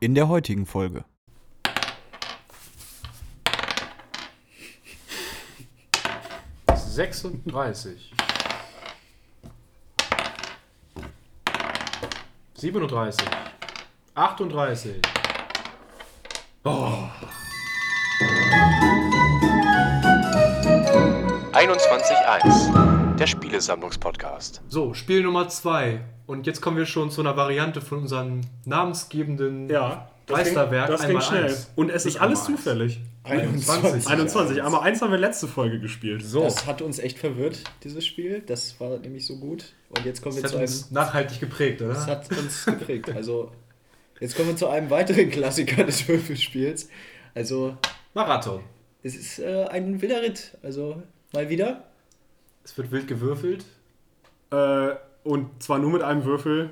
in der heutigen Folge. Sechsunddreißig. Siebenunddreißig. Achtunddreißig. Oh. 21.1, der Spielesammlungspodcast. So, Spiel Nummer zwei. Und jetzt kommen wir schon zu einer Variante von unserem namensgebenden Ja, Meisterwerk das ging, das ging einmal schnell. eins. Und es ist alles einmal eins. zufällig. 21. 21, einmal eins haben wir letzte Folge gespielt. So. Das hat uns echt verwirrt, dieses Spiel. Das war nämlich so gut. Und jetzt kommen wir Das zu hat einem. uns nachhaltig geprägt, oder? Das hat uns gekriegt. Also, jetzt kommen wir zu einem weiteren Klassiker des Würfelspiels. Also, Marathon. es ist äh, ein wilder Ritt. Also, mal wieder. Es wird wild gewürfelt. Äh, und zwar nur mit einem Würfel.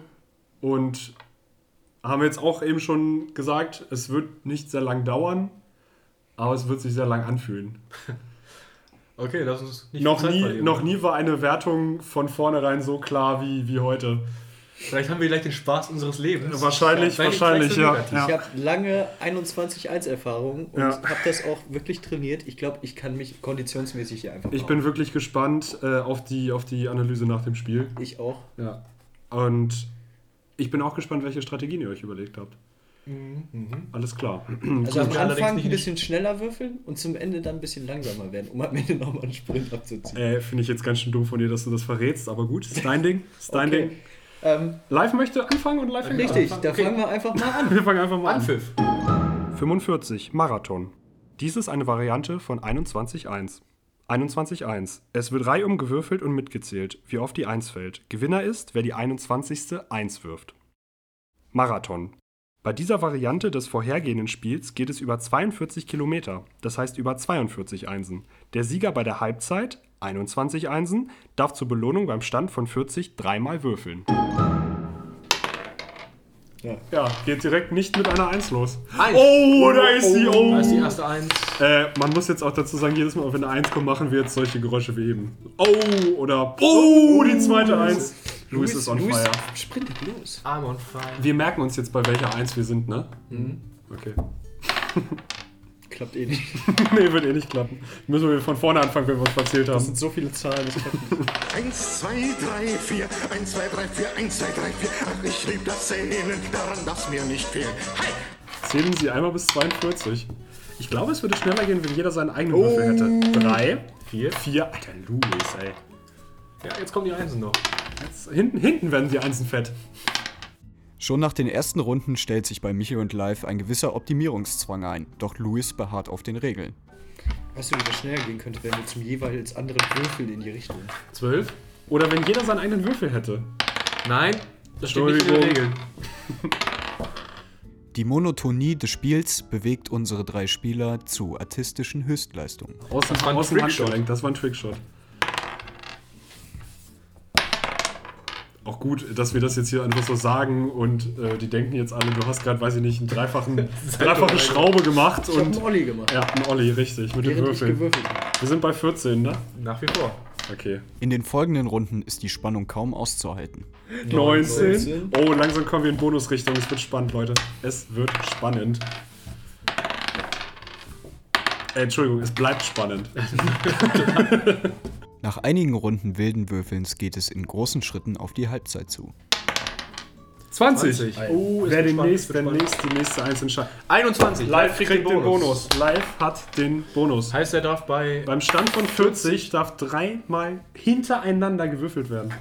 Und haben wir jetzt auch eben schon gesagt, es wird nicht sehr lang dauern, aber es wird sich sehr lang anfühlen. Okay, lass uns nicht Noch viel Zeit nie, verlieren. noch nie war eine Wertung von vornherein so klar wie, wie heute. Vielleicht haben wir gleich den Spaß unseres Lebens. Wahrscheinlich, Vielleicht- wahrscheinlich, ja. vielleicht so ja. Ich habe lange 21-1-Erfahrung und Ja. habe das auch wirklich trainiert. Ich glaube, ich kann mich konditionsmäßig hier einfach. Ich machen. bin wirklich gespannt äh, auf, die, auf die Analyse nach dem Spiel. Ich auch. Ja. Und ich bin auch gespannt, welche Strategien ihr euch überlegt habt. Mhm. Alles klar. Tut Also am mir allerdings Anfang nicht ein nicht. bisschen schneller würfeln und zum Ende dann ein bisschen langsamer werden, um am Ende nochmal einen Sprint abzuziehen. Äh, Finde ich jetzt ganz schön dumm von dir, dass du das verrätst, aber gut. Ist dein Ding. Ist dein Okay. Ding. Ähm, Live möchte anfangen und live fängt an. richtig, da Okay. fangen wir einfach mal an. Wir fangen einfach mal an. Anpfiff. 45. Marathon. Dies ist eine Variante von 21.1. 21.1. Es wird reihum gewürfelt und mitgezählt, wie oft die 1 fällt. Gewinner ist, wer die 21. 1 wirft. Marathon. Bei dieser Variante des vorhergehenden Spiels geht es über 42 Kilometer, das heißt über 42 Einsen. Der Sieger bei der Halbzeit, 21 Einsen, darf zur Belohnung beim Stand von 40 dreimal würfeln. Ja. Ja, geht direkt nicht mit einer 1 los. Eins. Oh, da ist sie. Oh. Da ist die erste Eins. Äh, man muss jetzt auch dazu sagen, jedes Mal, wenn eine Eins kommt, machen wir jetzt solche Geräusche wie eben. Oh, oder Oh, die zweite Eins. Luis ist on fire. Sprintet los. Arm on fire. Wir merken uns jetzt, bei welcher Eins wir sind, ne? Okay. Klappt eh nicht. nee, wird eh nicht klappen. Müssen wir von vorne anfangen, wenn wir uns verzählt Das haben. sind so viele Zahlen, das klappt nicht. 1, 2, 3, 4, 1, 2, 3, 4, 1, 2, 3, 4. Ach, ich lieb das Sehnen, daran lass mir nicht fehlen. Hey! Zählen Sie einmal bis 42. Ich glaube, es würde schneller gehen, wenn jeder seinen eigenen Würfel hätte. Drei, Vier. Oh. vier. Alter, Luis, ey. Ja, jetzt kommen die Einsen noch. Jetzt, hinten, hinten werden die Einsen fett. Schon nach den ersten Runden stellt sich bei Michael und Live ein gewisser Optimierungszwang ein, doch Louis beharrt auf den Regeln. Weißt du, wie das schneller gehen könnte, wenn wir zum jeweils anderen Würfel in die Richtung. Zwölf. Oder wenn jeder seinen eigenen Würfel hätte. Nein, das steht nicht in den Entschuldigung. Regeln. Die Monotonie des Spiels bewegt unsere drei Spieler zu artistischen Höchstleistungen. Außen, war ein außen Trickshot. Handgelenk, das war ein Trickshot. Auch gut, dass wir das jetzt hier einfach so sagen und äh, die denken jetzt alle, du hast gerade, weiß ich nicht, einen dreifachen, dreifache Schraube gemacht Ich habe einen und. Olli gemacht, Ja, einen Olli, richtig, mit dem während ich Würfel. gewürfelt habe. Wir sind bei 14, ne? Nach wie vor. Okay. In den folgenden Runden ist die Spannung kaum auszuhalten. 19. Oh, langsam kommen wir in Bonusrichtung. Es wird spannend, Leute. Es wird spannend. Äh, Entschuldigung, es bleibt spannend. Nach einigen Runden wilden Würfelns geht es in großen Schritten auf die Halbzeit zu. 20. 20. Oh, es wer wird den spannend, es nächste, wird der spannend. nächste, die nächste Eins entscheidet. 21. Live kriegt den Bonus. Live hat den Bonus. Heißt, er darf bei Beim Stand von 40 darf dreimal hintereinander gewürfelt werden.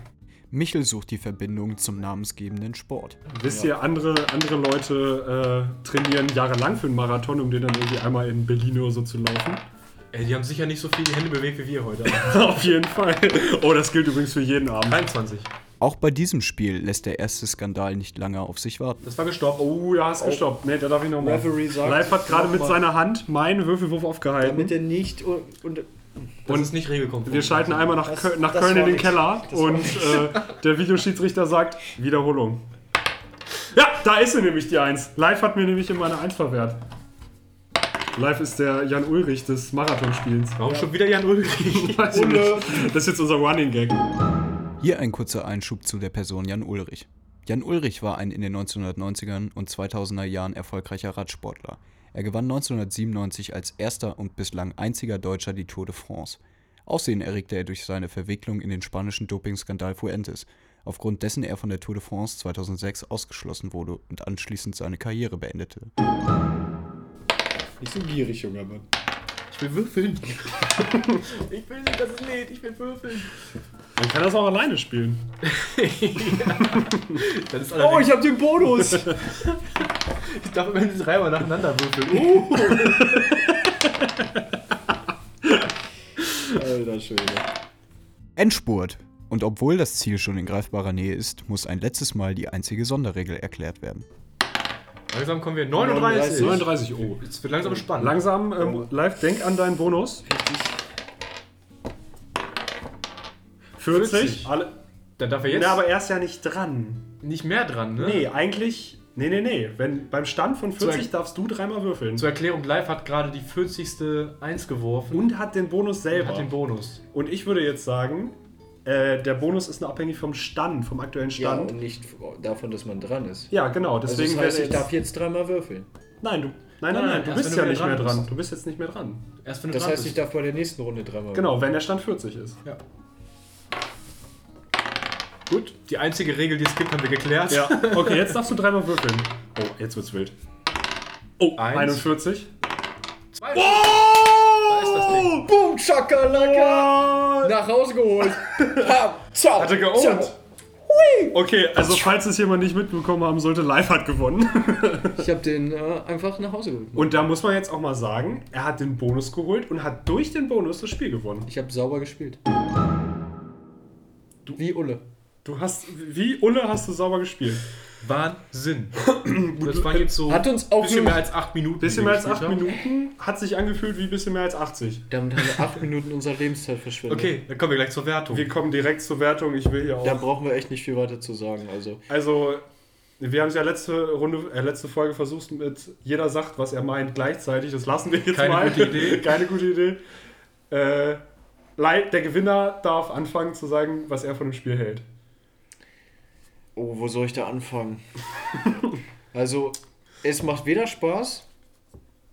Michel sucht die Verbindung zum namensgebenden Sport. Wisst ihr, andere, andere Leute äh, trainieren jahrelang für einen Marathon, um den dann irgendwie einmal in Berlin oder so zu laufen. Ey, die haben sicher nicht so viel die Hände bewegt wie wir heute. Auf jeden Fall. Oh, das gilt übrigens für jeden Abend. 23. Auch bei diesem Spiel lässt der erste Skandal nicht lange auf sich warten. Das war gestoppt. Oh, ja, ist gestoppt. Nee, da darf ich nochmal. Referee sagt, Live hat gerade mach mit mal. seiner Hand meinen Würfelwurf aufgehalten. Damit er nicht un- und Das ist nicht regelkonform. Wir schalten einmal nach, Das- Köln, nach das Köln in war den nix. Keller Das war und äh, der Videoschiedsrichter sagt Wiederholung. Ja, da ist sie nämlich die Eins. Live hat mir nämlich immer eine Eins verwehrt. Live ist der Jan Ulrich des Marathonspiels. Warum schon wieder Jan Ulrich? Weiß ich nicht. Das ist jetzt unser Running Gag. Hier ein kurzer Einschub zu der Person Jan Ulrich. Jan Ulrich war ein in den 1990ern und 2000er Jahren erfolgreicher Radsportler. Er gewann 1997 als erster und bislang einziger Deutscher die Tour de France. Aussehen erregte er durch seine Verwicklung in den spanischen Dopingskandal Fuentes, aufgrund dessen er von der Tour de France 2006 ausgeschlossen wurde und anschließend seine Karriere beendete. Nicht so gierig, junger Mann. Ich will würfeln. Ich will nicht, dass es lädt, ich will würfeln. Man kann das auch alleine spielen. Das ist Oh, allerdings, ich hab den Bonus. ich darf immer die dreimal nacheinander würfeln. Uh. Alter Schwede. Endspurt! Und obwohl das Ziel schon in greifbarer Nähe ist, muss ein letztes Mal die einzige Sonderregel erklärt werden. Langsam kommen wir 39. 39. 39 Euro. Jetzt wird langsam spannend. Langsam, ähm, live, denk an deinen Bonus. 40. 40. Alle, Dann darf er jetzt na, aber er ist ja nicht dran. nicht mehr dran, ne? Nee, eigentlich. Nee, nee, nee. Wenn, beim Stand von 40 Zwei- darfst du dreimal würfeln. Zur Erklärung, Live hat gerade die 40. Eins geworfen Und hat den Bonus selber. hat den Bonus. und ich würde jetzt sagen, äh, der Bonus ist nur abhängig vom Stand, vom aktuellen Ja, Stand. und nicht davon, dass man dran ist. Ja, genau. Also Deswegen das heißt, wäre ich jetzt, darf jetzt dreimal würfeln. Nein, du. Nein, nein, Nein, nein, du Ah, erst bist ja wenn du nicht wieder mehr dran dran. bist. Du bist jetzt nicht mehr dran. Erst wenn du Das dran heißt, ich bist. darf bei der nächsten Runde dreimal Genau, wenn der Stand 40 ist. Ja. Gut. Die einzige Regel, die es gibt, haben wir geklärt. Ja. Okay, jetzt darfst du dreimal würfeln. Oh, jetzt wird's wild. Oh, Eins. 41. Zwei. Da ist das Ding. würfeln. Boom, Oh, Chakalaka! Nach Hause geholt. Pam, zack, Hat er geowned. zack. Okay, also falls es jemand nicht mitbekommen haben sollte, Live hat gewonnen. Ich hab den äh, einfach nach Hause geholt. Und da muss man jetzt auch mal sagen, er hat den Bonus geholt und hat durch den Bonus das Spiel gewonnen. Ich hab sauber gespielt. Wie Ulle. Du hast, wie Ulle hast du sauber gespielt. Wahnsinn. das waren jetzt so Hat uns auch bisschen nur- mehr als acht Minuten. die Bisschen wir mehr als gespielt 8 haben. Minuten hat sich angefühlt wie bisschen mehr als 80. Damit haben wir acht Minuten unserer Lebenszeit verschwendet. Okay, dann kommen wir gleich zur Wertung. Wir kommen direkt zur Wertung. Ich will hier auch. Da brauchen wir echt nicht viel weiter zu sagen. Also, Also, wir haben es ja letzte Runde, äh, letzte Folge versucht mit jeder sagt, was er meint, gleichzeitig. Das lassen wir jetzt Keine mal. gute Idee. Keine gute Idee. Äh, Lei- der Gewinner darf anfangen zu sagen, was er von dem Spiel hält. oh, wo soll ich da anfangen? also, es macht weder Spaß,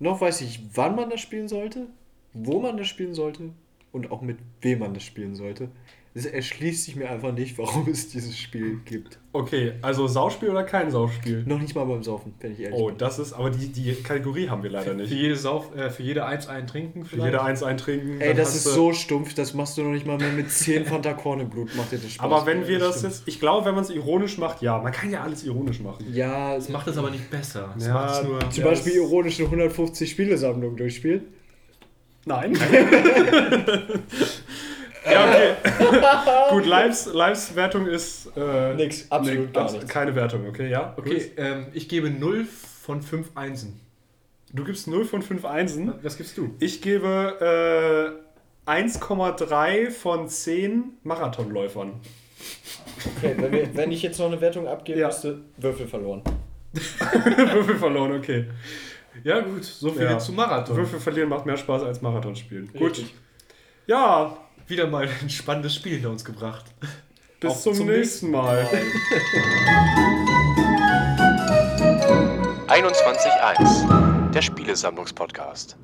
noch weiß ich, wann man das spielen sollte, wo man das spielen sollte und auch mit wem man das spielen sollte. Es erschließt sich mir einfach nicht, warum es dieses Spiel gibt. Okay, also Sauspiel oder kein Sauspiel? Noch nicht mal beim Saufen, wenn ich ehrlich Oh, bin. das ist, aber die, die Kategorie haben wir leider Für nicht. jede, Sauf, äh, für jede eins einen trinken Für vielleicht. jeder eins eintrinken. Ey, dann das hast ist du- so stumpf, das machst du noch nicht mal mehr mit 10 Fanta Korn im Blut, macht dir das Spaß. Aber wenn wir das stimmt. jetzt, ich glaube, wenn man es ironisch macht, ja, man kann ja alles ironisch machen. Ja, Das macht es aber nicht besser. Das Ja, macht es nur. zum Ja, Beispiel das- ironisch eine 150 Spielesammlung durchspielt. Nein. ja, okay. Gut, Lives, Lives Wertung ist. Äh, Nix, absolut gar abs- nichts. Keine Wertung, okay, ja. Okay, ähm, ich gebe 0 von 5 Einsen. Du gibst 0 von 5 Einsen. Was gibst du? Ich gebe äh, 1,3 von 10 Marathonläufern. Okay, wenn, wir, wenn ich jetzt noch eine Wertung abgeben Ja. müsste, Würfel verloren. Würfel verloren, okay. Ja, gut, so viel Ja. zu Marathon. Würfel verlieren macht mehr Spaß als Marathon spielen. Gut. Ja, Wieder mal ein spannendes Spiel hinter uns gebracht. bis Auch zum, zum nächsten Mal. 21.1. Der Spielesammlungspodcast.